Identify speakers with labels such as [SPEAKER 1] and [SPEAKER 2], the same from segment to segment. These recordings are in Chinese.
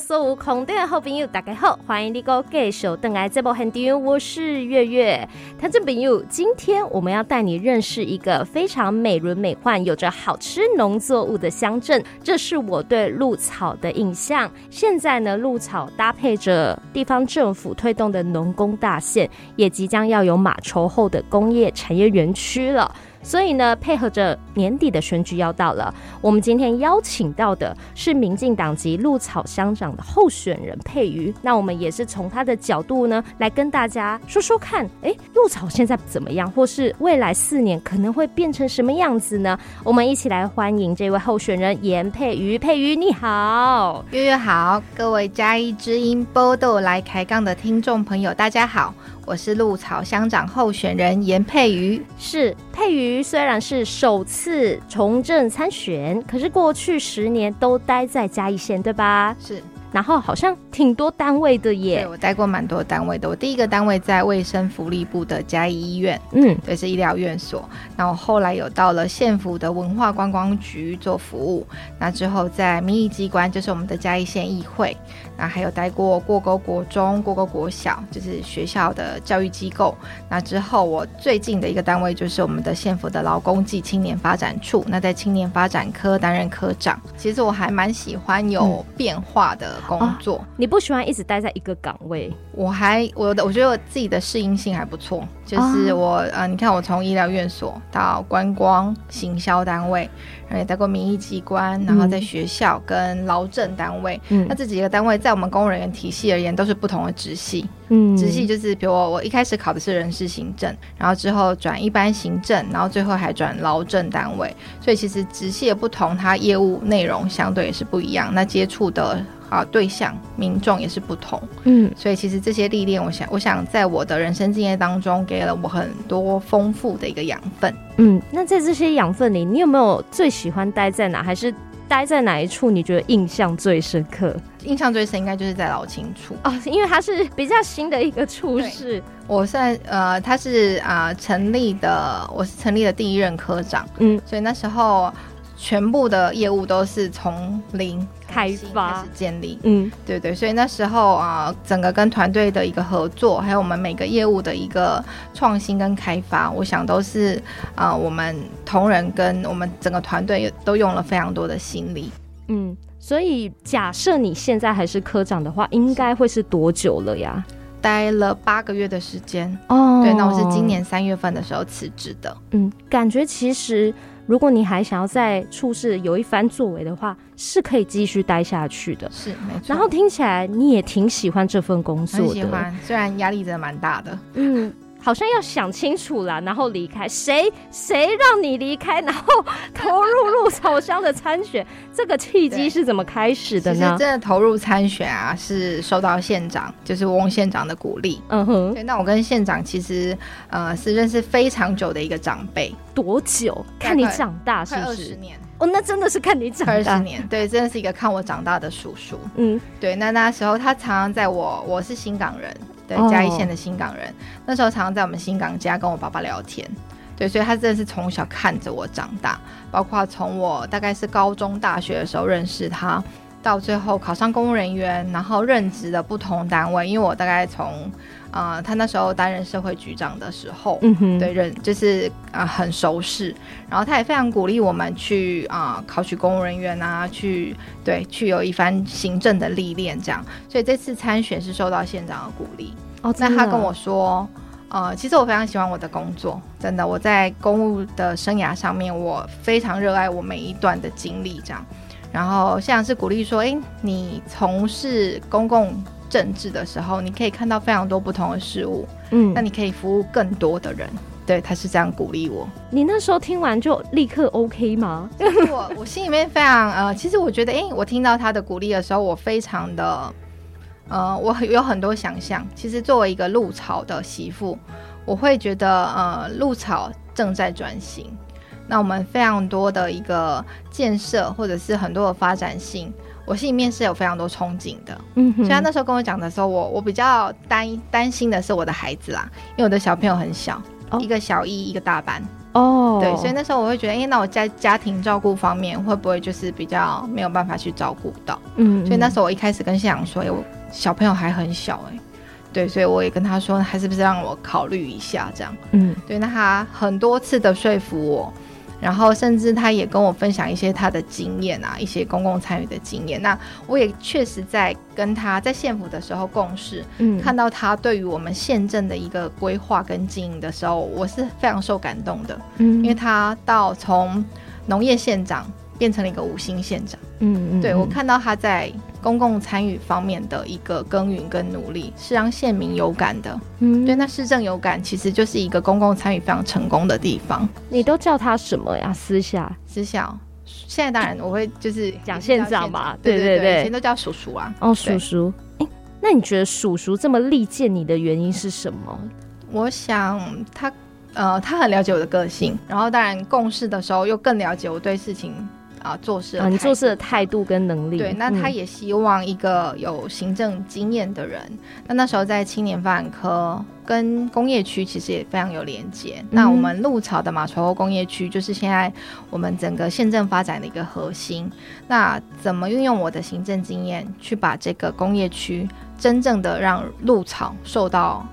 [SPEAKER 1] 所有空中的好朋友，大家好，欢迎你哥继续登来这部很丢，我是月月。听众朋友，今天我们要带你认识一个非常美轮美奂、有着好吃农作物的乡镇，这是我对鹿草的印象。现在呢，鹿草搭配着地方政府推动的农工大县，也即将要有马稠后的工业产业园区了。所以呢，配合着年底的选举要到了，我们今天邀请到的是民进党籍鹿草乡长的候选人佩瑜。那我们也是从他的角度呢，来跟大家说说看，诶，鹿草现在怎么样，或是未来四年可能会变成什么样子呢？我们一起来欢迎这位候选人严佩瑜。佩瑜，你好。
[SPEAKER 2] 月月好，各位嘉义之音波豆来开杠的听众朋友，大家好，我是鹿草乡长候选人严佩瑜。
[SPEAKER 1] 是佩瑜虽然是首次从政参选，可是过去十年都待在嘉义县，对吧？
[SPEAKER 2] 是，
[SPEAKER 1] 然后好像挺多单位的
[SPEAKER 2] 对
[SPEAKER 1] 耶。
[SPEAKER 2] 我待过蛮多单位的，我第一个单位在卫生福利部的嘉义医院，
[SPEAKER 1] 嗯，
[SPEAKER 2] 对，是医疗院所。那我后来有到了县府的文化观光局做服务，那之后在民意机关，就是我们的嘉义县议会，那还有待过过沟国中、过沟国小，就是学校的教育机构。那之后我最近的一个单位就是我们的县府的劳工暨青年发展处，那在青年发展科担任科长。其实我还蛮喜欢有变化的工作，
[SPEAKER 1] 你不喜欢一直待在一个岗位，
[SPEAKER 2] 我还我的我觉得我自己的适应性还不错，就是
[SPEAKER 1] 哦
[SPEAKER 2] 我、呃，你看我从医疗院所到观光行销单位，然后也待过民意机关，然后在学校跟劳政单位。
[SPEAKER 1] 嗯
[SPEAKER 2] 那这几个单位在我们公务人员体系而言都是不同的职系，
[SPEAKER 1] 嗯
[SPEAKER 2] 职系就是比如我我一开始考的是人事行政，然后之后转一般行政，然后最后还转劳政单位，所以其实职系的不同，它业务内容相对也是不一样，那接触的啊、对象民众也是不同。
[SPEAKER 1] 嗯
[SPEAKER 2] 所以其实这些历练，我想，我想在我的人生经验当中，给了我很多丰富的一个养分。
[SPEAKER 1] 嗯。那在这些养分里，你有没有最喜欢待在哪，还是待在哪一处你觉得印象最深刻？
[SPEAKER 2] 印象最深应该就是在老青处，
[SPEAKER 1] 哦，因为它是比较新的一个处室，
[SPEAKER 2] 我算呃，他是啊、呃成立的，我是成立的第一任科长，
[SPEAKER 1] 嗯，
[SPEAKER 2] 所以那时候全部的业务都是从零
[SPEAKER 1] 开
[SPEAKER 2] 从新
[SPEAKER 1] 发
[SPEAKER 2] 开始建立，
[SPEAKER 1] 嗯
[SPEAKER 2] 对对，所以那时候啊、整个跟团队的一个合作，还有我们每个业务的一个创新跟开发，我想都是啊、我们同仁跟我们整个团队也都用了非常多的心力。
[SPEAKER 1] 嗯。所以假设你现在还是科长的话，应该会是多久了呀？
[SPEAKER 2] 待了八个月的时间，
[SPEAKER 1] 哦
[SPEAKER 2] 对，那我是今年三月份的时候辞职的。
[SPEAKER 1] 嗯，感觉其实如果你还想要在处室有一番作为的话，是可以继续待下去的。
[SPEAKER 2] 是，没错。
[SPEAKER 1] 然后听起来你也挺喜欢这份工作
[SPEAKER 2] 很
[SPEAKER 1] 的，
[SPEAKER 2] 喜欢，虽然压力真的蛮大的。
[SPEAKER 1] 嗯。好像要想清楚啦，然后离开。谁谁让你离开，然后投入鹿草乡的参选，这个契机
[SPEAKER 2] 对
[SPEAKER 1] 是怎么开始的
[SPEAKER 2] 其实
[SPEAKER 1] 呢
[SPEAKER 2] 真？的投入参选啊，是受到县长，就是翁县长的鼓励。
[SPEAKER 1] 嗯哼，
[SPEAKER 2] 对，那我跟县长其实呃是认识非常久的一个长辈，
[SPEAKER 1] 多久？
[SPEAKER 2] 大概
[SPEAKER 1] 看你长大是啊
[SPEAKER 2] 快
[SPEAKER 1] 不
[SPEAKER 2] 二十
[SPEAKER 1] 是？
[SPEAKER 2] 年。
[SPEAKER 1] 哦，那真的是看你长
[SPEAKER 2] 二十
[SPEAKER 1] 大。
[SPEAKER 2] 年，对，真的是一个看我长大的叔叔。
[SPEAKER 1] 嗯
[SPEAKER 2] 对，那那时候他常常在我，我是新港人，对
[SPEAKER 1] 哦，
[SPEAKER 2] 嘉义县的新港人。那时候常常在我们新港家跟我爸爸聊天，对，所以他真的是从小看着我长大，包括从我大概是高中、大学的时候认识他，到最后考上公务人员，然后任职的不同单位，因为我大概从，呃，他那时候担任社会局长的时候，
[SPEAKER 1] 嗯哼，
[SPEAKER 2] 对，人就是啊、呃很熟识，然后他也非常鼓励我们去啊、呃考取公务人员啊，去对去有一番行政的历练这样，所以这次参选是受到县长的鼓励。
[SPEAKER 1] 哦，
[SPEAKER 2] 那
[SPEAKER 1] 真
[SPEAKER 2] 他
[SPEAKER 1] 的
[SPEAKER 2] 跟我说，呃，其实我非常喜欢我的工作，真的，我在公务的生涯上面，我非常热爱我每一段的经历这样。然后县长是鼓励说，诶，你从事公共政治的时候，你可以看到非常多不同的事物。
[SPEAKER 1] 嗯
[SPEAKER 2] 那，你可以服务更多的人。对，他是这样鼓励 我。
[SPEAKER 1] 你那时候听完就立刻 OK 吗？
[SPEAKER 2] 我我心里面非常呃，其实我觉得，诶，我听到他的鼓励的时候，我非常的呃，我很有很多想象。其实作为一个鹿草的媳妇，我会觉得呃，鹿草正在转型。那我们非常多的一个建设，或者是很多的发展性，我心里面是有非常多憧憬的。
[SPEAKER 1] 嗯
[SPEAKER 2] 所以他
[SPEAKER 1] 哼，
[SPEAKER 2] 那时候跟我讲的时候，我我比较啊担担心的是我的孩子啦，因为我的小朋友很小，
[SPEAKER 1] 哦
[SPEAKER 2] 一个小一，一个大班。
[SPEAKER 1] 哦，
[SPEAKER 2] 对，所以那时候我会觉得，哎、那我家家庭照顾方面会不会就是比较没有办法去照顾到？
[SPEAKER 1] 嗯
[SPEAKER 2] 所以那时
[SPEAKER 1] 候
[SPEAKER 2] 候我一开始跟现场说，哎、我小朋友还很小、哎，对，所以我也跟他说，还是不是让我考虑一下这样？
[SPEAKER 1] 嗯
[SPEAKER 2] 对，那他很多次的说服我，然后甚至他也跟我分享一些他的经验啊，一些公共参与的经验。那我也确实在跟他在县府的时候共事，
[SPEAKER 1] 嗯
[SPEAKER 2] 看到他对于我们县政的一个规划跟经营的时候，我是非常受感动的，
[SPEAKER 1] 嗯
[SPEAKER 2] 因为他到从农业县长变成了一个五星县长。
[SPEAKER 1] 嗯嗯
[SPEAKER 2] 对我
[SPEAKER 1] 嗯
[SPEAKER 2] 看到他在公共参与方面的一个耕耘跟努力，是让县民有感的。
[SPEAKER 1] 嗯
[SPEAKER 2] 对，那市政有感其实就是一个公共参与非常成功的地方。
[SPEAKER 1] 你都叫他什么呀？私下
[SPEAKER 2] 知晓，现在当然我会就是
[SPEAKER 1] 讲
[SPEAKER 2] 也是叫
[SPEAKER 1] 县长嘛
[SPEAKER 2] 对
[SPEAKER 1] 对对对
[SPEAKER 2] 以前都叫叔叔啊。
[SPEAKER 1] 哦，叔
[SPEAKER 2] 对
[SPEAKER 1] 叔。诶那你觉得叔叔这么力荐你的原因是什么？
[SPEAKER 2] 我想他呃，他很了解我的个性，然后当然共事的时候又更了解我对事情啊、做事的
[SPEAKER 1] 啊，你
[SPEAKER 2] 态
[SPEAKER 1] 做事
[SPEAKER 2] 度
[SPEAKER 1] 的态度跟能力。
[SPEAKER 2] 对，那他
[SPEAKER 1] 嗯
[SPEAKER 2] 也希望一个有行政经验的人。那那时候在青年发展科跟工业区其实也非常有连接。那我们鹿草的马稠工业区就是现在我们整个县政发展的一个核心。那怎么运用我的行政经验去把这个工业区真正的让鹿草受到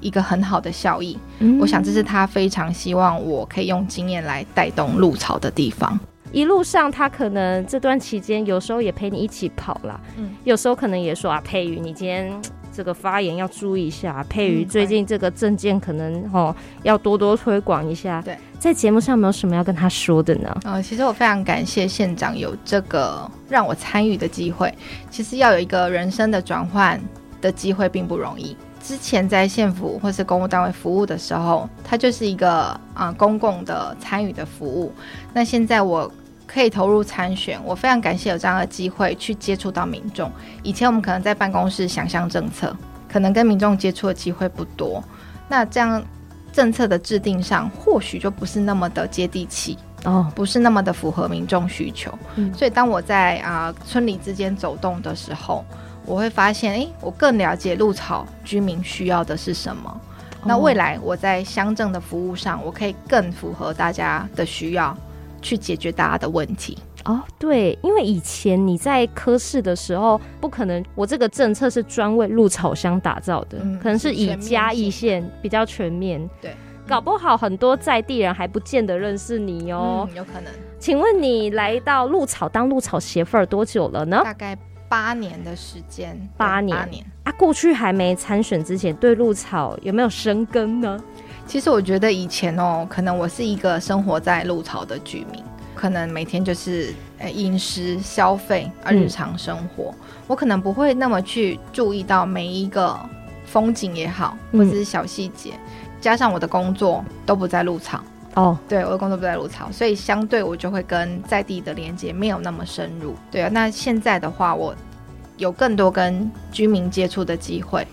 [SPEAKER 2] 一个很好的效益？
[SPEAKER 1] 嗯
[SPEAKER 2] 我想这是他非常希望我可以用经验来带动鹿草的地方。
[SPEAKER 1] 一路上，他可能这段期间有时候也陪你一起跑啦，
[SPEAKER 2] 嗯
[SPEAKER 1] 有时候可能也说啊，佩瑜，你今天这个发言要注意一下，佩瑜
[SPEAKER 2] 嗯
[SPEAKER 1] 最近这个证件可能哦要多多推广一下。
[SPEAKER 2] 对，
[SPEAKER 1] 在节目上有没有什么要跟他说的呢？
[SPEAKER 2] 嗯，其实我非常感谢县长有这个让我参与的机会。其实要有一个人生的转换的机会并不容易。之前在县府或是公务单位服务的时候，它就是一个啊、呃公共的参与的服务。那现在我可以投入参选，我非常感谢有这样的机会去接触到民众。以前我们可能在办公室想象政策，可能跟民众接触的机会不多。那这样政策的制定上，或许就不是那么的接地气。
[SPEAKER 1] 哦，
[SPEAKER 2] 不是那么的符合民众需求。
[SPEAKER 1] 嗯
[SPEAKER 2] 所以当我在啊、村里之间走动的时候，我会发现，诶，我更了解鹿草居民需要的是什么。
[SPEAKER 1] 哦
[SPEAKER 2] 那未来我在乡镇的服务上，我可以更符合大家的需要，去解决大家的问题。
[SPEAKER 1] 哦，对，因为以前你在科室的时候，不可能，我这个政策是专为鹿草乡打造的，
[SPEAKER 2] 嗯
[SPEAKER 1] 可能是
[SPEAKER 2] 是
[SPEAKER 1] 以
[SPEAKER 2] 全面
[SPEAKER 1] 嘉义
[SPEAKER 2] 性
[SPEAKER 1] 县比较全面。
[SPEAKER 2] 对，嗯
[SPEAKER 1] 搞不好很多在地人还不见得认识你哦。
[SPEAKER 2] 嗯，有可能
[SPEAKER 1] 请问你来到鹿草当鹿草协妇儿多久了呢？
[SPEAKER 2] 大概八年的时间，对
[SPEAKER 1] 八年
[SPEAKER 2] 八年。
[SPEAKER 1] 啊，过去还没参选之前，对鹿草有没有生根呢？
[SPEAKER 2] 其实我觉得以前哦，可能我是一个生活在鹿草的居民，可能每天就是呃饮食、消费啊，
[SPEAKER 1] 嗯
[SPEAKER 2] 日常生活，我可能不会那么去注意到每一个风景也好，
[SPEAKER 1] 嗯
[SPEAKER 2] 或者是小细节。加上我的工作都不在鹿草，
[SPEAKER 1] 哦，
[SPEAKER 2] 对我的工作不在鹿草，所以相对我就会跟在地的连接没有那么深入。对啊，那现在的话，我有更多跟居民接触的机会。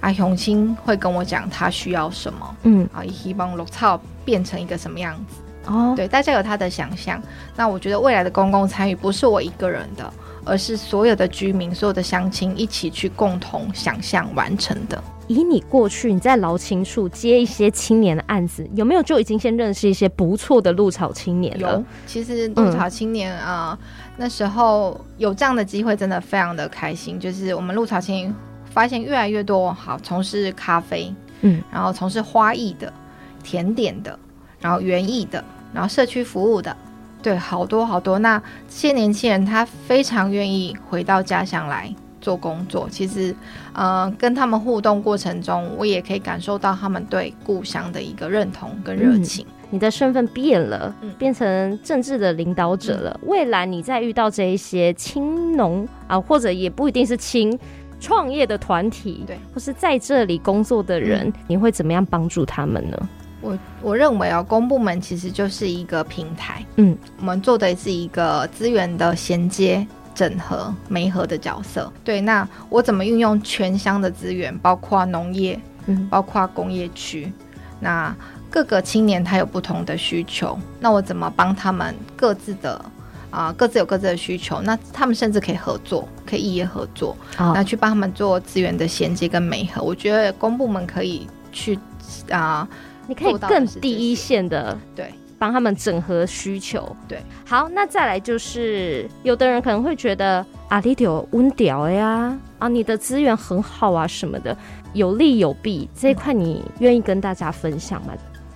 [SPEAKER 2] 阿雄青会跟我讲他需要什么，
[SPEAKER 1] 嗯，
[SPEAKER 2] 啊，希望绿草变成一个什么样子？
[SPEAKER 1] 哦，
[SPEAKER 2] 对，大家有他的想象。那我觉得未来的公共参与不是我一个人的，而是所有的居民、所有的乡亲一起去共同想象完成的。
[SPEAKER 1] 以你过去你在劳青处接一些青年的案子，有没有就已经先认识一些不错的鹿草青年了嗯
[SPEAKER 2] 有？，其实鹿草青年啊、呃那时候有这样的机会，真的非常的开心。就是我们鹿草青年发现越来越多好从事咖啡，
[SPEAKER 1] 嗯，
[SPEAKER 2] 然后从事花艺的、甜点的，然后园艺的，然后社区服务的，对，好多好多。那这些年轻人他非常愿意回到家乡来。做工作，其实，呃，跟他们互动过程中，我也可以感受到他们对故乡的一个认同跟热
[SPEAKER 1] 嗯
[SPEAKER 2] 情。
[SPEAKER 1] 你的身份变了
[SPEAKER 2] 嗯，
[SPEAKER 1] 变成政治的领导者了。未来你再遇到这一些青农啊，或者也不一定是青创业的团体，
[SPEAKER 2] 对，嗯
[SPEAKER 1] 或是在这里工作的人，你会怎么样帮助他们呢？
[SPEAKER 2] 我我认为哦，公部门其实就是一个平台，
[SPEAKER 1] 嗯，
[SPEAKER 2] 我们做的是一个资源的衔接、整合、媒合的角色。对，那我怎么运用全乡的资源，包括农业，
[SPEAKER 1] 嗯
[SPEAKER 2] 包括工业区，那各个青年他有不同的需求，那我怎么帮他们各自的啊、各自有各自的需求，那他们甚至可以合作，可以异业合作，
[SPEAKER 1] 啊
[SPEAKER 2] 那，去帮他们做资源的衔接跟媒合。我觉得公部门可以去啊。
[SPEAKER 1] 你可以
[SPEAKER 2] 做到的
[SPEAKER 1] 更
[SPEAKER 2] 是这
[SPEAKER 1] 第一
[SPEAKER 2] 些
[SPEAKER 1] 线的
[SPEAKER 2] 对，
[SPEAKER 1] 帮他们整合需求。
[SPEAKER 2] 对，
[SPEAKER 1] 好，那再来就是，有的人可能会觉得啊，你有温屌呀，啊，你的资源很好啊什么的，有利有弊这一块，你愿意跟大家分享吗？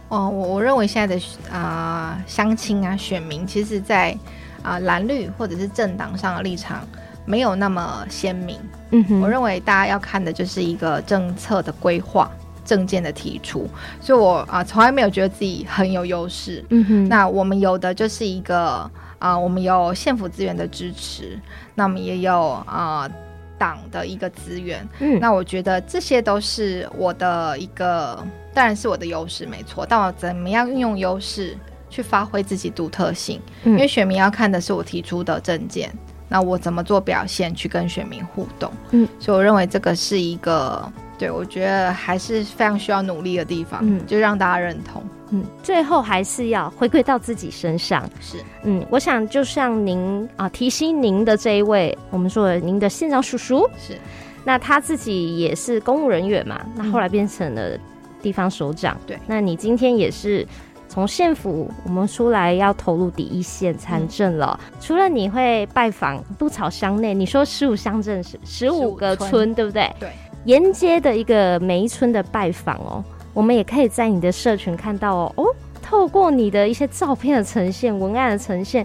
[SPEAKER 2] 哦，我我认为现在的啊、呃乡亲啊选民，其实在啊、蓝绿或者是政党上的立场没有那么鲜明。
[SPEAKER 1] 嗯哼，
[SPEAKER 2] 我认为大家要看的就是一个政策的规划、政见的提出。所以我啊、从来没有觉得自己很有优势。
[SPEAKER 1] 嗯哼，
[SPEAKER 2] 那我们有的就是一个啊、我们有县府资源的支持，那我们也有啊、党的一个资源。
[SPEAKER 1] 嗯
[SPEAKER 2] 那我觉得这些都是我的一个，当然是我的优势，没错。但我怎么样运用优势去发挥自己独特性？
[SPEAKER 1] 嗯
[SPEAKER 2] 因为选民要看的是我提出的证件，那我怎么做表现去跟选民互动？
[SPEAKER 1] 嗯，
[SPEAKER 2] 所以我认为这个是一个，对我觉得还是非常需要努力的地方，
[SPEAKER 1] 嗯
[SPEAKER 2] 就让大家认同。
[SPEAKER 1] 嗯，最后还是要回归到自己身上。
[SPEAKER 2] 是，
[SPEAKER 1] 嗯，我想就像您啊、提醒您的这一位，我们说的您的县长叔叔，
[SPEAKER 2] 是，
[SPEAKER 1] 那他自己也是公务人员嘛，那
[SPEAKER 2] 嗯
[SPEAKER 1] 后来变成了地方首长。
[SPEAKER 2] 对
[SPEAKER 1] 那你今天也是从县府我们出来要投入第一线参政了。除了你会拜访鹿草乡内，你说十五乡镇是十五
[SPEAKER 2] 15
[SPEAKER 1] 个
[SPEAKER 2] 村
[SPEAKER 1] 村，对不对？
[SPEAKER 2] 对，
[SPEAKER 1] 沿街的一个每一村的拜访哦，我们也可以在你的社群看到哦。哦，透过你的一些照片的呈现、文案的呈现，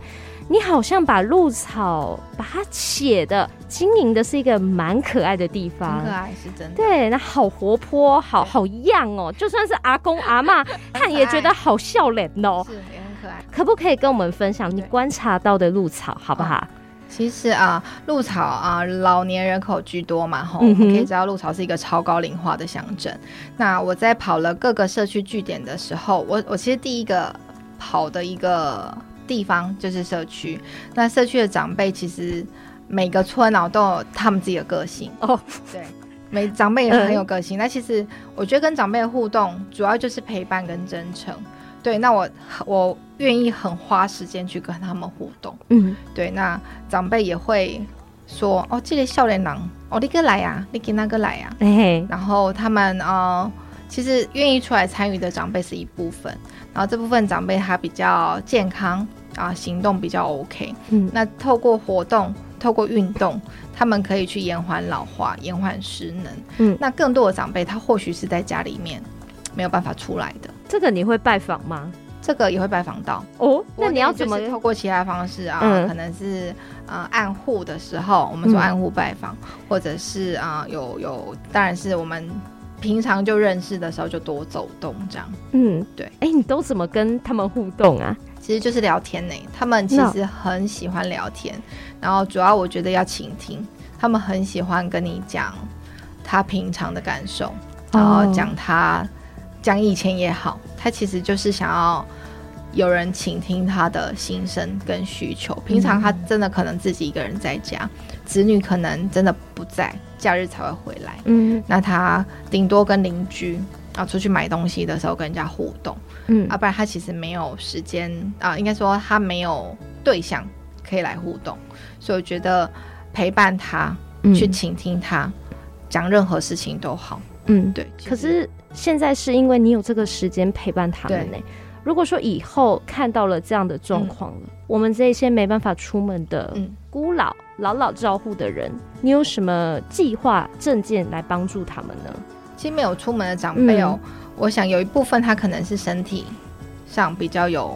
[SPEAKER 1] 你好像把鹿草把它写的经营的是一个蛮可爱的地
[SPEAKER 2] 很
[SPEAKER 1] 方
[SPEAKER 2] 可。爱，是真的。
[SPEAKER 1] 对，那好活泼，好好样哦！就算是阿公阿妈看也觉得好笑脸 哦。
[SPEAKER 2] 是也很可爱。
[SPEAKER 1] 可不可以跟我们分享你
[SPEAKER 2] 对
[SPEAKER 1] 观察到的鹿草，好不好？
[SPEAKER 2] 其实啊，鹿草啊，老年人口居多嘛，吼，
[SPEAKER 1] 嗯哼
[SPEAKER 2] 我们可以知道鹿草是一个超高龄化的乡镇。那我在跑了各个社区据点的时候，我我其实第一个跑的一个地方就是社区。那社区的长辈其实每个村啊都有他们自己的个性，
[SPEAKER 1] 哦，
[SPEAKER 2] 对，每长辈也很有个性。那其实我觉得跟长辈的互动主要就是陪伴跟真诚。对，那我我愿意很花时间去跟他们互动。
[SPEAKER 1] 嗯，
[SPEAKER 2] 对，那长辈也会说哦，这个笑脸郎，哦，你哥来呀、你给那个来呀、啊
[SPEAKER 1] 嘿嘿，
[SPEAKER 2] 然后他们呃，其实愿意出来参与的长辈是一部分，然后这部分长辈他比较健康啊，行动比较 OK。
[SPEAKER 1] 嗯
[SPEAKER 2] 那透过活动，透过运动，他们可以去延缓老化，延缓失能。
[SPEAKER 1] 嗯
[SPEAKER 2] 那更多的长辈他或许是在家里面没有办法出来的，
[SPEAKER 1] 这个你会拜访吗？
[SPEAKER 2] 这个也会拜访到。
[SPEAKER 1] 哦，
[SPEAKER 2] 不过
[SPEAKER 1] 那你要怎
[SPEAKER 2] 就
[SPEAKER 1] 么
[SPEAKER 2] 是？透过其他方式啊？
[SPEAKER 1] 嗯
[SPEAKER 2] 可能是呃按户的时候，我们说
[SPEAKER 1] 嗯
[SPEAKER 2] 按户拜访，或者是啊、呃有有，当然是我们平常就认识的时候就多走动这样。
[SPEAKER 1] 嗯，
[SPEAKER 2] 对
[SPEAKER 1] 哎、你都怎么跟他们互动啊？
[SPEAKER 2] 其实就是聊天呢、他们其实很喜欢聊天，然后主要我觉得要倾听，他们很喜欢跟你讲他平常的感受，然后讲他讲以前也好，他其实就是想要有人倾听他的心声跟需求。平常他真的可能自己一个人在家，子女可能真的不在，假日才会回来。
[SPEAKER 1] 嗯
[SPEAKER 2] 那他顶多跟邻居啊出去买东西的时候跟人家互动。
[SPEAKER 1] 嗯
[SPEAKER 2] 啊，不然他其实没有时间啊、应该说他没有对象可以来互动，所以我觉得陪伴他，
[SPEAKER 1] 嗯
[SPEAKER 2] 去倾听他，讲任何事情都好。
[SPEAKER 1] 嗯。
[SPEAKER 2] 对，其
[SPEAKER 1] 可
[SPEAKER 2] 实
[SPEAKER 1] 是现在是因为你有这个时间陪伴他们呢、如果说以后看到了这样的状况了，我们这些没办法出门的
[SPEAKER 2] 嗯
[SPEAKER 1] 孤老、老老照护的人，你有什么计划、证件来帮助他们呢？
[SPEAKER 2] 其实没有出门的长辈
[SPEAKER 1] 嗯
[SPEAKER 2] 哦，我想有一部分他可能是身体上比较有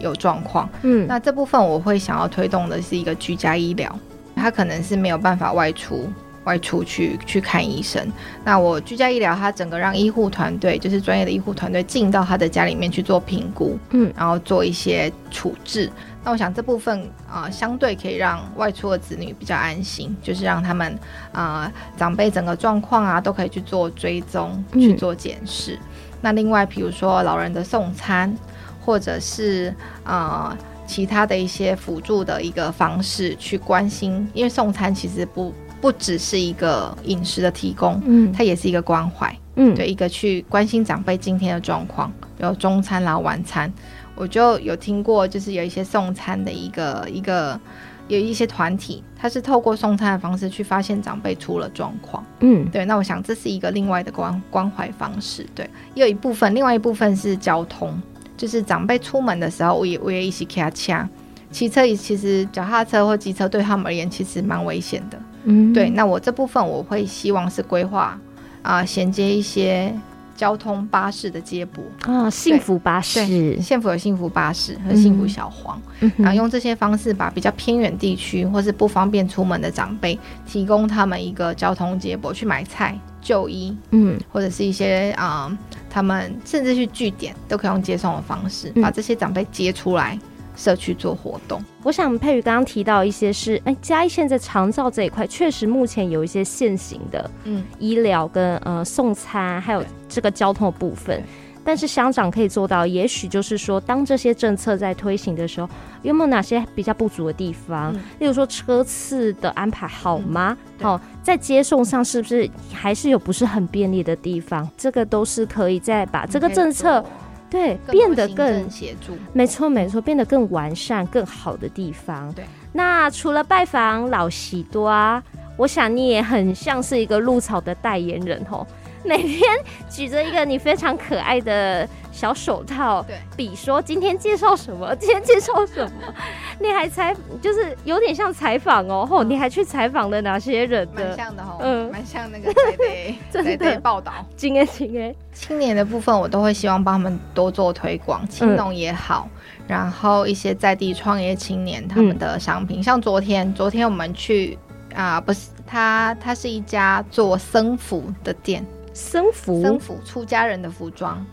[SPEAKER 2] 有状况，
[SPEAKER 1] 嗯
[SPEAKER 2] 那这部分我会想要推动的是一个居家医疗，他可能是没有办法外出。外出去去看医生，那我居家医疗，它整个让医护团队，就是专业的医护团队进到他的家里面去做评估，
[SPEAKER 1] 嗯，
[SPEAKER 2] 然后做一些处置。那我想这部分啊、呃相对可以让外出的子女比较安心，就是让他们啊、呃长辈整个状况啊都可以去做追踪，
[SPEAKER 1] 嗯
[SPEAKER 2] 去做检视。那另外，比如说老人的送餐，或者是啊。呃其他的一些辅助的一个方式去关心，因为送餐其实不不只是一个饮食的提供，
[SPEAKER 1] 嗯
[SPEAKER 2] 它也是一个关怀，
[SPEAKER 1] 嗯，
[SPEAKER 2] 对一个去关心长辈今天的状况，比如中餐啦、晚餐。我就有听过，就是有一些送餐的一个一个有一些团体，它是透过送餐的方式去发现长辈出了状况。
[SPEAKER 1] 嗯
[SPEAKER 2] 对，那我想这是一个另外的关关怀方式。对，也有一部分，另外一部分是交通，就是长辈出门的时候，我也我也一起给他掐。骑车也其实脚踏车或机车对他们而言其实蛮危险的。
[SPEAKER 1] 嗯
[SPEAKER 2] 对，那我这部分我会希望是规划啊、衔接一些交通巴士的接驳。
[SPEAKER 1] 啊，幸福巴士，
[SPEAKER 2] 幸福有幸福巴士和幸福小黄，
[SPEAKER 1] 嗯哼
[SPEAKER 2] 然后用这些方式把比较偏远地区或是不方便出门的长辈，提供他们一个交通接驳，去买菜、就医，
[SPEAKER 1] 嗯
[SPEAKER 2] 或者是一些啊、呃他们甚至去据点都可以用接送的方式，
[SPEAKER 1] 嗯
[SPEAKER 2] 把这些长辈接出来社区做活动。
[SPEAKER 1] 我想佩瑜刚刚提到一些是，哎，嘉义现在长照这一块确实目前有一些现行的
[SPEAKER 2] 嗯，
[SPEAKER 1] 医疗跟呃送餐，还有
[SPEAKER 2] 对
[SPEAKER 1] 这个交通的部分
[SPEAKER 2] 对。
[SPEAKER 1] 但是乡长可以做到，也许就是说，当这些政策在推行的时候，有没有哪些比较不足的地方？
[SPEAKER 2] 嗯
[SPEAKER 1] 例如说车次的安排好吗？
[SPEAKER 2] 对
[SPEAKER 1] 好、在接送上是不是还是有不是很便利的地方？这个都是可以再把这个政策对
[SPEAKER 2] 可以做
[SPEAKER 1] 变得
[SPEAKER 2] 更多行
[SPEAKER 1] 更
[SPEAKER 2] 政协助。
[SPEAKER 1] 没错，没错，变得更完善、更好的地方。
[SPEAKER 2] 对，
[SPEAKER 1] 那除了拜访老喜多啊，我想你也很像是一个露草的代言人哦。 每天举着一个你非常可爱的小手套，
[SPEAKER 2] 对，
[SPEAKER 1] 比说今天介绍什么，今天介绍什么， 你还采就是有点像采访哦，吼，你还去采访了哪些人
[SPEAKER 2] 嗯蛮
[SPEAKER 1] 的？
[SPEAKER 2] 像的哈，
[SPEAKER 1] 嗯
[SPEAKER 2] 蛮像那个台北
[SPEAKER 1] 真
[SPEAKER 2] 台
[SPEAKER 1] 的
[SPEAKER 2] 北报道。
[SPEAKER 1] 今天今天，
[SPEAKER 2] 青年的部分，我都会希望帮他们多做推广，青农也好，然后一些在地创业青年他们的商
[SPEAKER 1] 嗯
[SPEAKER 2] 品，像昨天，昨天我们去啊、不是他，他是一家做僧服的店，
[SPEAKER 1] 生
[SPEAKER 2] 僧
[SPEAKER 1] 服
[SPEAKER 2] 服出家人的服装，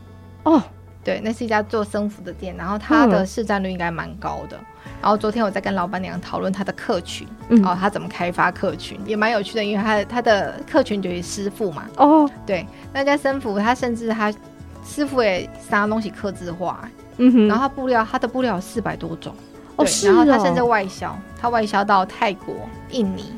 [SPEAKER 1] 哦，
[SPEAKER 2] 对，那是一家做僧服的店，然后
[SPEAKER 1] 嗯
[SPEAKER 2] 它的市占率应该蛮高的。然后昨天我在跟老板娘讨论她的客群，
[SPEAKER 1] 嗯
[SPEAKER 2] 哦，她怎么开发客群也蛮有趣的，因为她她的客群就是师傅嘛，
[SPEAKER 1] 哦，
[SPEAKER 2] 对，那家生服他甚至他师傅也啥东西刻字化，
[SPEAKER 1] 嗯哼，
[SPEAKER 2] 然后他布料他的布料有四百多种，
[SPEAKER 1] 哦
[SPEAKER 2] 对
[SPEAKER 1] 是
[SPEAKER 2] 然后他甚至
[SPEAKER 1] 哦
[SPEAKER 2] 外销，他外销到泰国、印尼，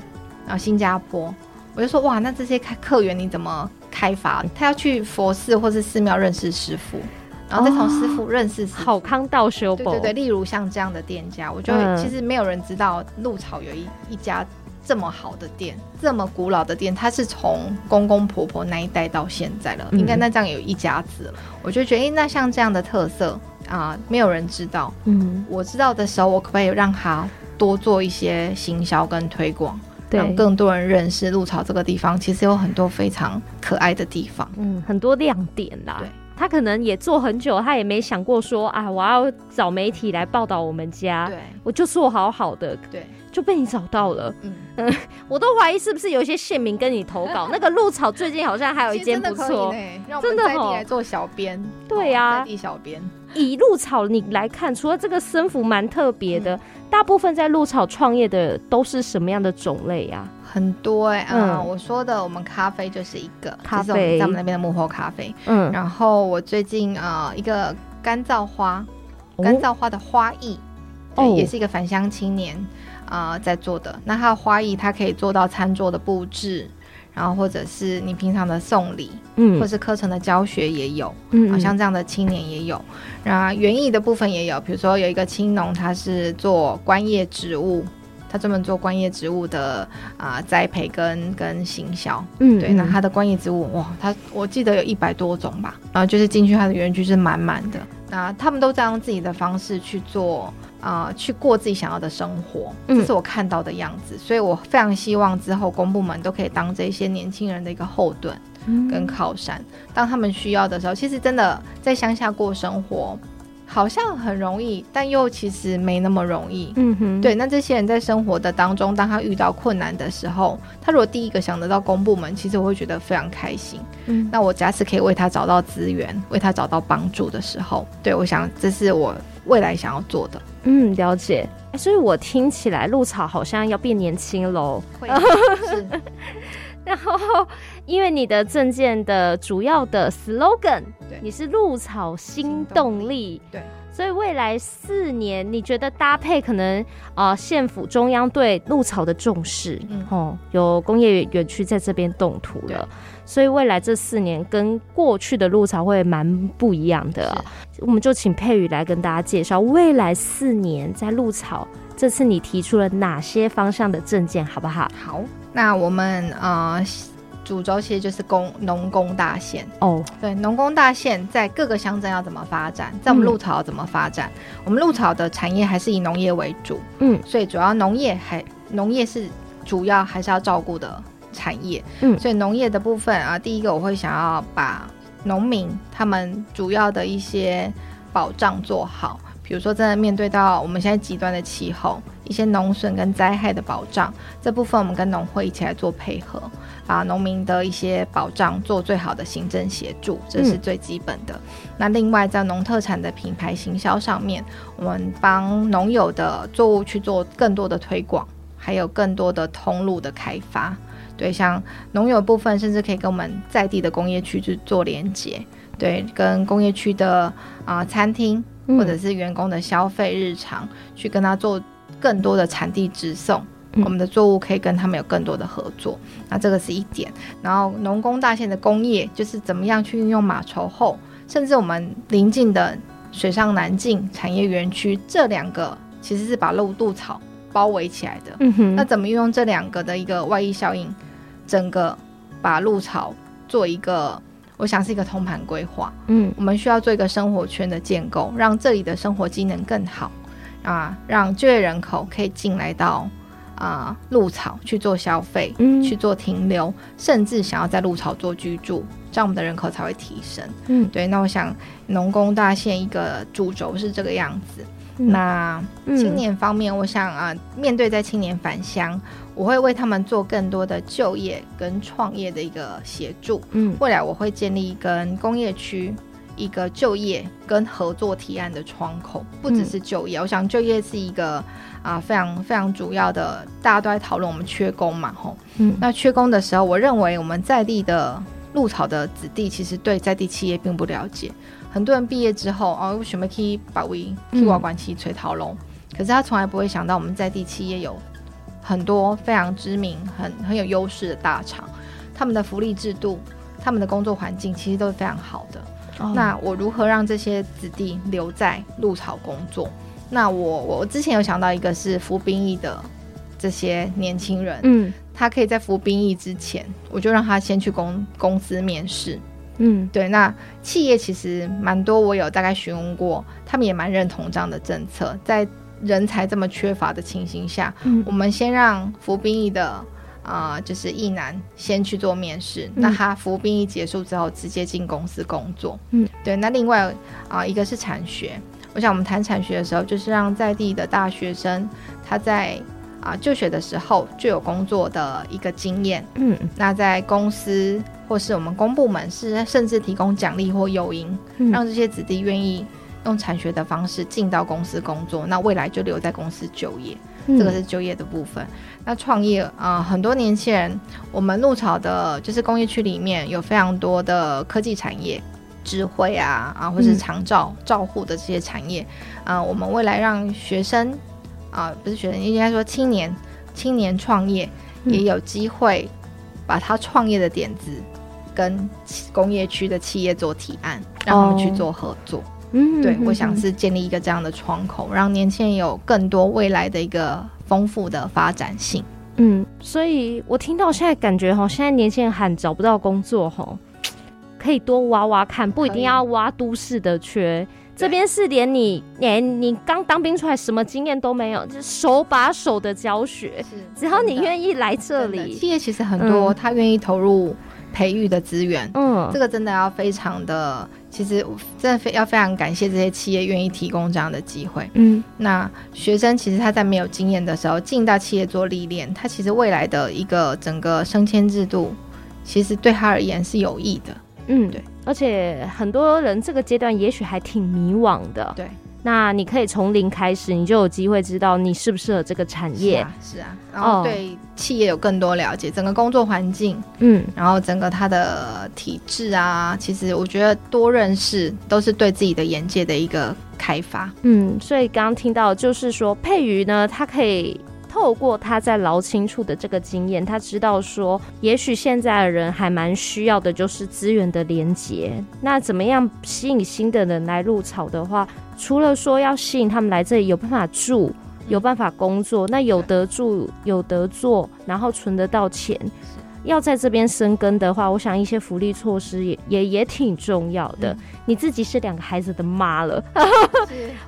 [SPEAKER 2] 然后新加坡。我就说哇，那这些客客源你怎么开发？他要去佛寺或是寺庙认识师傅，然后再从师傅认识师傅。
[SPEAKER 1] 哦好康道修
[SPEAKER 2] 对
[SPEAKER 1] 博，
[SPEAKER 2] 对对，例如像这样的店家，我就、
[SPEAKER 1] 嗯
[SPEAKER 2] 其实没有人知道鹿草有一一家这么好的店，这么古老的店，它是从公公婆婆那一代到现在了，
[SPEAKER 1] 嗯
[SPEAKER 2] 应该那这样有一家子了。我就觉得，哎、那像这样的特色啊、没有人知道。
[SPEAKER 1] 嗯，
[SPEAKER 2] 我知道的时候，我可不可以让他多做一些行销跟推广，让
[SPEAKER 1] 对，
[SPEAKER 2] 更多人认识鹿草这个地方？其实有很多非常可爱的地方。
[SPEAKER 1] 嗯，很多亮点啦
[SPEAKER 2] 对。
[SPEAKER 1] 他可能也做很久，他也没想过说啊，我要找媒体来报道我们家，
[SPEAKER 2] 对
[SPEAKER 1] 我就做好好的，
[SPEAKER 2] 对，
[SPEAKER 1] 就被你找到了。
[SPEAKER 2] 嗯，
[SPEAKER 1] 我都怀疑是不是有一些县民跟你投 稿。那个鹿草最近好像还有一
[SPEAKER 2] 其实
[SPEAKER 1] 间
[SPEAKER 2] 真的
[SPEAKER 1] 不
[SPEAKER 2] 可以
[SPEAKER 1] 错，
[SPEAKER 2] 呢，让我
[SPEAKER 1] 真的
[SPEAKER 2] 们在
[SPEAKER 1] 哦
[SPEAKER 2] 地来做小编。
[SPEAKER 1] 对
[SPEAKER 2] 哦
[SPEAKER 1] 啊
[SPEAKER 2] 在，地小编。
[SPEAKER 1] 以鹿草你来看，除了这个生服蛮特别
[SPEAKER 2] 嗯
[SPEAKER 1] 的，大部分在鹿草创业的都是什么样的种类啊呀、
[SPEAKER 2] 很多哎、嗯、
[SPEAKER 1] 嗯
[SPEAKER 2] 我说的我们咖啡就是一个，
[SPEAKER 1] 咖啡
[SPEAKER 2] 这是我们在我们那边的幕后咖啡。
[SPEAKER 1] 嗯，
[SPEAKER 2] 然后我最近呃一个干燥花，
[SPEAKER 1] 哦
[SPEAKER 2] 干燥花的花艺，对
[SPEAKER 1] 哦
[SPEAKER 2] 也是一个返乡青年啊、呃在做的。那它的花艺，它可以做到餐桌的布置，然后或者是你平常的送礼，
[SPEAKER 1] 嗯
[SPEAKER 2] 或是课程的教学也有。
[SPEAKER 1] 嗯
[SPEAKER 2] 好像这样的青年也有。那园艺的部分也有，比如说有一个青农，他是做观叶植物，他专门做观叶植物的啊、栽培跟跟行销。
[SPEAKER 1] 嗯
[SPEAKER 2] 对，那他的观叶植物哇，他我记得有一百多种吧，然后就是进去他的园区是满满的。那他们都在用自己的方式去做啊、去过自己想要的生活，
[SPEAKER 1] 嗯
[SPEAKER 2] 这是我看到的样子。所以我非常希望之后公部门都可以当这些年轻人的一个后盾。
[SPEAKER 1] 嗯
[SPEAKER 2] 跟靠山。当他们需要的时候，其实真的在乡下过生活，好像很容易，但又其实没那么容易。
[SPEAKER 1] 嗯哼，
[SPEAKER 2] 对，那这些人在生活的当中，当他遇到困难的时候，他如果第一个想得到公部门，其实我会觉得非常开心。
[SPEAKER 1] 嗯
[SPEAKER 2] 那我假使可以为他找到资源，为他找到帮助的时候，对我想这是我未来想要做的。
[SPEAKER 1] 嗯，了解。哎所以我听起来鹿草好像要变年轻喽。
[SPEAKER 2] 会 是
[SPEAKER 1] 然后，因为你的证件的主要的 slogan，
[SPEAKER 2] 对
[SPEAKER 1] 你是鹿草新
[SPEAKER 2] 新
[SPEAKER 1] 动
[SPEAKER 2] 动
[SPEAKER 1] 力，
[SPEAKER 2] 对。
[SPEAKER 1] 所以未来四年，你觉得搭配可能啊、呃县府中央对鹿草的重视，
[SPEAKER 2] 嗯
[SPEAKER 1] 哦，有工业园区在这边动土了，所以未来这四年跟过去的鹿草会蛮不一样的、啊。我们就请佩宇来跟大家介绍未来四年在鹿草，这次你提出了哪些方向的证件，好不好？
[SPEAKER 2] 好，那我们呃主轴其实就是工农工大县。
[SPEAKER 1] 哦，
[SPEAKER 2] 对，农工大县在各个乡镇要怎么发展，在我
[SPEAKER 1] 嗯
[SPEAKER 2] 们鹿草要怎么发展？我们鹿草的产业还是以农业为主，
[SPEAKER 1] 嗯，
[SPEAKER 2] 所以主要农业还农业是主要还是要照顾的产业，
[SPEAKER 1] 嗯
[SPEAKER 2] 所以农业的部分啊，第一个我会想要把农民他们主要的一些保障做好，比如说真的面对到我们现在极端的气候，一些农损跟灾害的保障这部分，我们跟农会一起来做配合，把啊农民的一些保障做最好的行政协助，这是
[SPEAKER 1] 嗯
[SPEAKER 2] 最基本的。那另外在农特产的品牌行销上面，我们帮农友的作物去做更多的推广，还有更多的通路的开发。对，像农友部分，甚至可以跟我们在地的工业区去做连接，对，跟工业区的啊、餐厅
[SPEAKER 1] 嗯
[SPEAKER 2] 或者是员工的消费日常，去跟他做更多的产地直送。
[SPEAKER 1] 嗯
[SPEAKER 2] 我们的作物可以跟他们有更多的合作，那这个是一点。然后农工大县的工业就是怎么样去运用马稠后，甚至我们邻近的水上南境产业园区这两个其实是把露肚草包围起来的。
[SPEAKER 1] 嗯哼，
[SPEAKER 2] 那怎么运用这两个的一个外溢效应，整个把鹿草做一个，我想是一个通盘规划。
[SPEAKER 1] 嗯
[SPEAKER 2] 我们需要做一个生活圈的建构，让这里的生活机能更好啊，让就业人口可以进来到啊鹿草去做消费、
[SPEAKER 1] 嗯
[SPEAKER 2] 去做停留，甚至想要在鹿草做居住，这样我们的人口才会提升。
[SPEAKER 1] 嗯
[SPEAKER 2] 对，那我想农工大县一个主轴是这个样子。
[SPEAKER 1] 嗯
[SPEAKER 2] 那
[SPEAKER 1] 嗯
[SPEAKER 2] 青年方面，我想啊、面对在青年返乡，我会为他们做更多的就业跟创业的一个协助。
[SPEAKER 1] 嗯
[SPEAKER 2] 未来我会建立跟工业区一个就业跟合作提案的窗口，不只是就业。我想就业是一个啊、非常非常主要的，大家都在讨论我们缺工嘛，吼。
[SPEAKER 1] 嗯
[SPEAKER 2] 那缺工的时候，我认为我们在地的鹿草的子弟其实对在地企业并不了解。很多人毕业之后，哦，我准备去把位去瓦管期吹陶龙，可是他从来不会想到我们在地企业有很多非常知名、很很有优势的大厂，他们的福利制度、他们的工作环境其实都是非常好的。
[SPEAKER 1] 哦
[SPEAKER 2] 那我如何让这些子弟留在鹿草工作？那我我之前有想到一个是服兵役的这些年轻人，
[SPEAKER 1] 嗯
[SPEAKER 2] 他可以在服兵役之前，我就让他先去公公司面试。
[SPEAKER 1] 嗯
[SPEAKER 2] 对，那企业其实蛮多，我有大概询问过，他们也蛮认同这样的政策。在人才这么缺乏的情形下，
[SPEAKER 1] 嗯
[SPEAKER 2] 我们先让服兵役的啊、呃就是役男先去做面试，
[SPEAKER 1] 嗯
[SPEAKER 2] 那他服兵役结束之后直接进公司工作。
[SPEAKER 1] 嗯，
[SPEAKER 2] 对。那另外啊、一个是产学，我想我们谈产学的时候，就是让在地的大学生他在啊、就学的时候就有工作的一个经验。
[SPEAKER 1] 嗯
[SPEAKER 2] 那在公司或是我们公部门是甚至提供奖励或诱因，
[SPEAKER 1] 嗯
[SPEAKER 2] 让这些子弟愿意用产学的方式进到公司工作，那未来就留在公司就业。
[SPEAKER 1] 嗯
[SPEAKER 2] 这个是就业的部分。那创业啊、呃很多年轻人，我们鹿草的就是工业区里面有非常多的科技产业。智慧啊啊，或是
[SPEAKER 1] 嗯
[SPEAKER 2] 长照照护的这些产业啊、我们未来让学生啊、不是学生，应该说青年青年创业
[SPEAKER 1] 嗯
[SPEAKER 2] 也有机会把他创业的点子跟企工业区的企业做提案，让他们去
[SPEAKER 1] 哦
[SPEAKER 2] 做合作。
[SPEAKER 1] 嗯
[SPEAKER 2] 对，
[SPEAKER 1] 嗯
[SPEAKER 2] 我想
[SPEAKER 1] 嗯
[SPEAKER 2] 是建立一个这样的窗口，让年轻人有更多未来的一个丰富的发展性。
[SPEAKER 1] 嗯，所以我听到现在感觉哈，现在年轻人喊找不到工作哈，可以多挖挖看，不一定要挖都市的缺。这边是连你连你刚当兵出来什么经验都没有，就是手把手的教学，
[SPEAKER 2] 是，
[SPEAKER 1] 只要你愿意来这
[SPEAKER 2] 企
[SPEAKER 1] 里，
[SPEAKER 2] 业其实很多，
[SPEAKER 1] 嗯
[SPEAKER 2] 他愿意投入培育的资源，
[SPEAKER 1] 嗯
[SPEAKER 2] 这个真的要非常的，其实真的非要非常感谢这些企业愿意提供这样的机会。
[SPEAKER 1] 嗯
[SPEAKER 2] 那学生其实他在没有经验的时候进到企业做历练，他其实未来的一个整个升迁制度，其实对他而言是有益的。
[SPEAKER 1] 嗯，
[SPEAKER 2] 对。
[SPEAKER 1] 而且很多人这个阶段也许还挺迷惘的，
[SPEAKER 2] 对。
[SPEAKER 1] 那你可以从零开始，你就有机会知道你适不适合这个产
[SPEAKER 2] 是
[SPEAKER 1] 业。
[SPEAKER 2] 啊，是啊，然后
[SPEAKER 1] 哦
[SPEAKER 2] 对企业有更多了解，整个工作环境，
[SPEAKER 1] 嗯
[SPEAKER 2] 然后整个它的体制啊，其实我觉得多认识都是对自己的眼界的一个开发。
[SPEAKER 1] 嗯，所以刚刚听到就是说，佩瑜呢，他可以透过他在劳青处的这个经验，他知道说，也许现在的人还蛮需要的就是资源的连接。那怎么样吸引新的人来入草的话，除了说要吸引他们来这里有办法住。有办法工作，那有得住，有得做，然后存得到钱，要在这边生根的话，我想一些福利措施也也也挺重要的。
[SPEAKER 2] 嗯
[SPEAKER 1] 你自己是两个孩子的妈了，
[SPEAKER 2] 是啊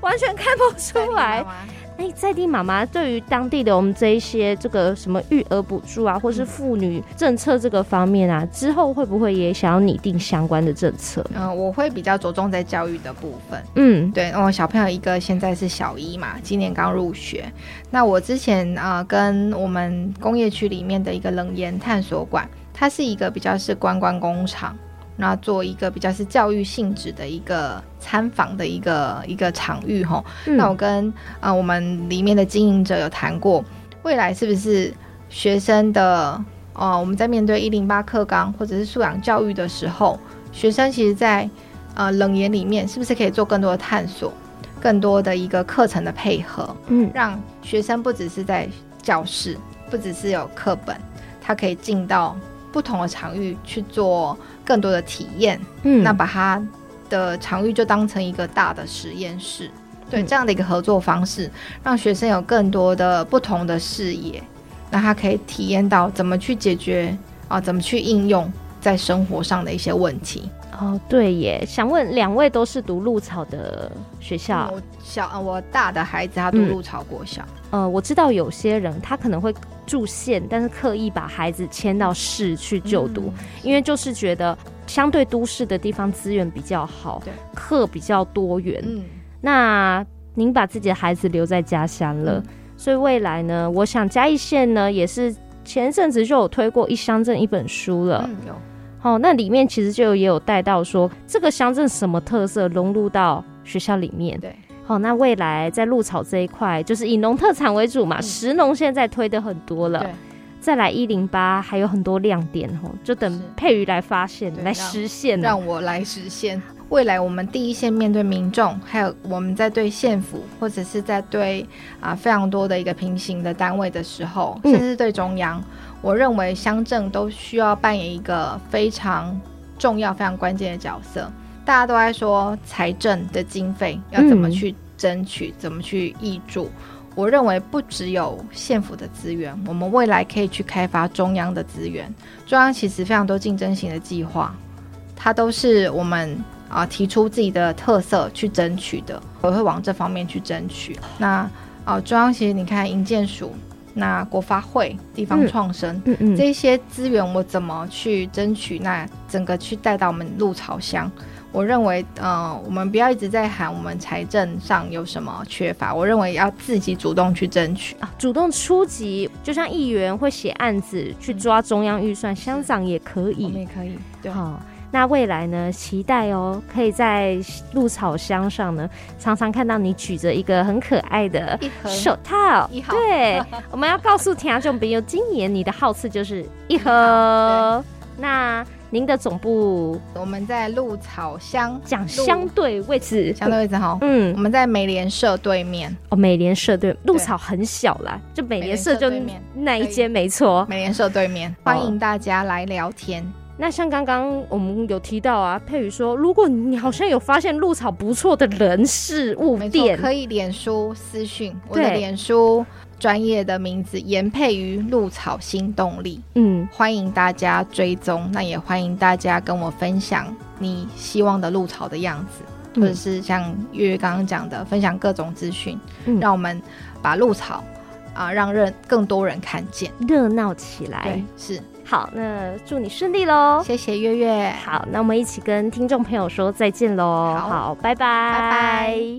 [SPEAKER 1] 完全看不 出来。
[SPEAKER 2] 在你妈妈
[SPEAKER 1] 哎，在地妈妈对于当地的我们这一些这个什么育儿补助啊，或
[SPEAKER 2] 嗯
[SPEAKER 1] 是妇女政策这个方面啊，之后会不会也想要拟定相关的政策？
[SPEAKER 2] 嗯，我会比较着重在教育的部分。
[SPEAKER 1] 嗯，
[SPEAKER 2] 对，我小朋友一个现在是小一嘛，今年刚入学。那我之前啊、呃跟我们工业区里面的一个冷盐探索馆，它是一个比较是观光工厂，那做一个比较是教育性质的一个参访的一个一个场域吼。
[SPEAKER 1] 嗯
[SPEAKER 2] 那我跟呃我们里面的经营者有谈过，未来是不是学生的呃我们在面对一零八课纲或者是素养教育的时候，学生其实在呃冷研里面是不是可以做更多的探索，更多的一个课程的配合，
[SPEAKER 1] 嗯
[SPEAKER 2] 让学生不只是在教室，不只是有课本，他可以进到不同的场域去做更多的体验。
[SPEAKER 1] 嗯
[SPEAKER 2] 那把它的场域就当成一个大的实验室，对
[SPEAKER 1] 嗯
[SPEAKER 2] 这样的一个合作方式，让学生有更多的不同的视野，那他可以体验到怎么去解决啊、怎么去应用在生活上的一些问题。
[SPEAKER 1] 哦对耶，想问两位都是读鹿草的学校，
[SPEAKER 2] 我小、呃我大的孩子他读
[SPEAKER 1] 啊嗯
[SPEAKER 2] 鹿草国小，
[SPEAKER 1] 呃，我知道有些人他可能会住县，但是刻意把孩子迁到市去就
[SPEAKER 2] 嗯
[SPEAKER 1] 读，因为就是觉得相对都市的地方资源比较好
[SPEAKER 2] 对，
[SPEAKER 1] 课比较多元。
[SPEAKER 2] 嗯，
[SPEAKER 1] 那您把自己的孩子留在家乡了，
[SPEAKER 2] 嗯
[SPEAKER 1] 所以未来呢，我想嘉义县呢也是前阵子就有推过一乡镇一本书了。
[SPEAKER 2] 嗯有
[SPEAKER 1] 哦，那里面其实就也有带到说这个乡镇什么特色融入到学校里面。
[SPEAKER 2] 对，
[SPEAKER 1] 好、那未来在鹿草这一块，就是以农特产为主嘛，
[SPEAKER 2] 嗯
[SPEAKER 1] 食农现在推的很多了
[SPEAKER 2] 对。
[SPEAKER 1] 再来一零八还有很多亮点哦，就等
[SPEAKER 2] 是
[SPEAKER 1] 佩瑜来发现、
[SPEAKER 2] 对
[SPEAKER 1] 来
[SPEAKER 2] 让
[SPEAKER 1] 实现哦了。
[SPEAKER 2] 让我来实现。未来我们第一线面对民众，还有我们在对县府或者是在对啊、非常多的一个平行的单位的时候，
[SPEAKER 1] 嗯
[SPEAKER 2] 甚至是对中央，我认为乡镇都需要扮演一个非常重要、非常关键的角色。大家都在说财政的经费要怎么
[SPEAKER 1] 嗯
[SPEAKER 2] 去争取，怎么去挹注。我认为不只有县府的资源，我们未来可以去开发中央的资源。中央其实非常多竞争型的计划，它都是我们啊、提出自己的特色去争取的，我会往这方面去争取。那啊、中央其实你看营建署、那国发会、地方
[SPEAKER 1] 嗯
[SPEAKER 2] 创生、
[SPEAKER 1] 嗯嗯，
[SPEAKER 2] 这些资源，我怎么去争取？那整个去带到我们鹿草乡。我认为，呃，我们不要一直在喊我们财政上有什么缺乏，我认为要自己主动去争取。
[SPEAKER 1] 啊主动出击，就像议员会写案子去抓中央预算，乡长也可
[SPEAKER 2] 我们
[SPEAKER 1] 以。
[SPEAKER 2] 也可以，对，
[SPEAKER 1] 好、那未来呢？期待哦，可以在鹿草乡上呢，常常看到你举着一个很可爱的
[SPEAKER 2] 一盒
[SPEAKER 1] 手套，
[SPEAKER 2] 一号
[SPEAKER 1] 对，我们要告诉听众朋友，今年你的号次就是一盒。那您的总部
[SPEAKER 2] 我们在鹿草乡
[SPEAKER 1] 讲
[SPEAKER 2] 鹿
[SPEAKER 1] 相对位置，
[SPEAKER 2] 相对位置哈，我
[SPEAKER 1] 嗯，
[SPEAKER 2] 们在美联社对面，
[SPEAKER 1] 哦，美联社对，鹿草很小啦，就美联社就
[SPEAKER 2] 美联社对面
[SPEAKER 1] 那一间没错。
[SPEAKER 2] 美联社对面，欢迎大家来聊天。
[SPEAKER 1] 那像刚刚我们有提到啊，佩宇说，如果你好像有发现鹿草不错的人事物
[SPEAKER 2] 没错，
[SPEAKER 1] 店，
[SPEAKER 2] 可以脸书私讯我
[SPEAKER 1] 对
[SPEAKER 2] 的脸书专业的名字严佩瑜鹿草新动力，
[SPEAKER 1] 嗯，
[SPEAKER 2] 欢迎大家追踪，那也欢迎大家跟我分享你希望的鹿草的样子。或者
[SPEAKER 1] 嗯
[SPEAKER 2] 是像月月刚刚讲的，分享各种资讯，
[SPEAKER 1] 嗯
[SPEAKER 2] 让我们把鹿草啊，让人更多人看见。
[SPEAKER 1] 热闹起来
[SPEAKER 2] 对。，是，
[SPEAKER 1] 好，那祝你顺利喽。
[SPEAKER 2] 谢谢月月。
[SPEAKER 1] 好，那我们一起跟听众朋友说再见喽。
[SPEAKER 2] 好
[SPEAKER 1] 好，拜拜，
[SPEAKER 2] 拜拜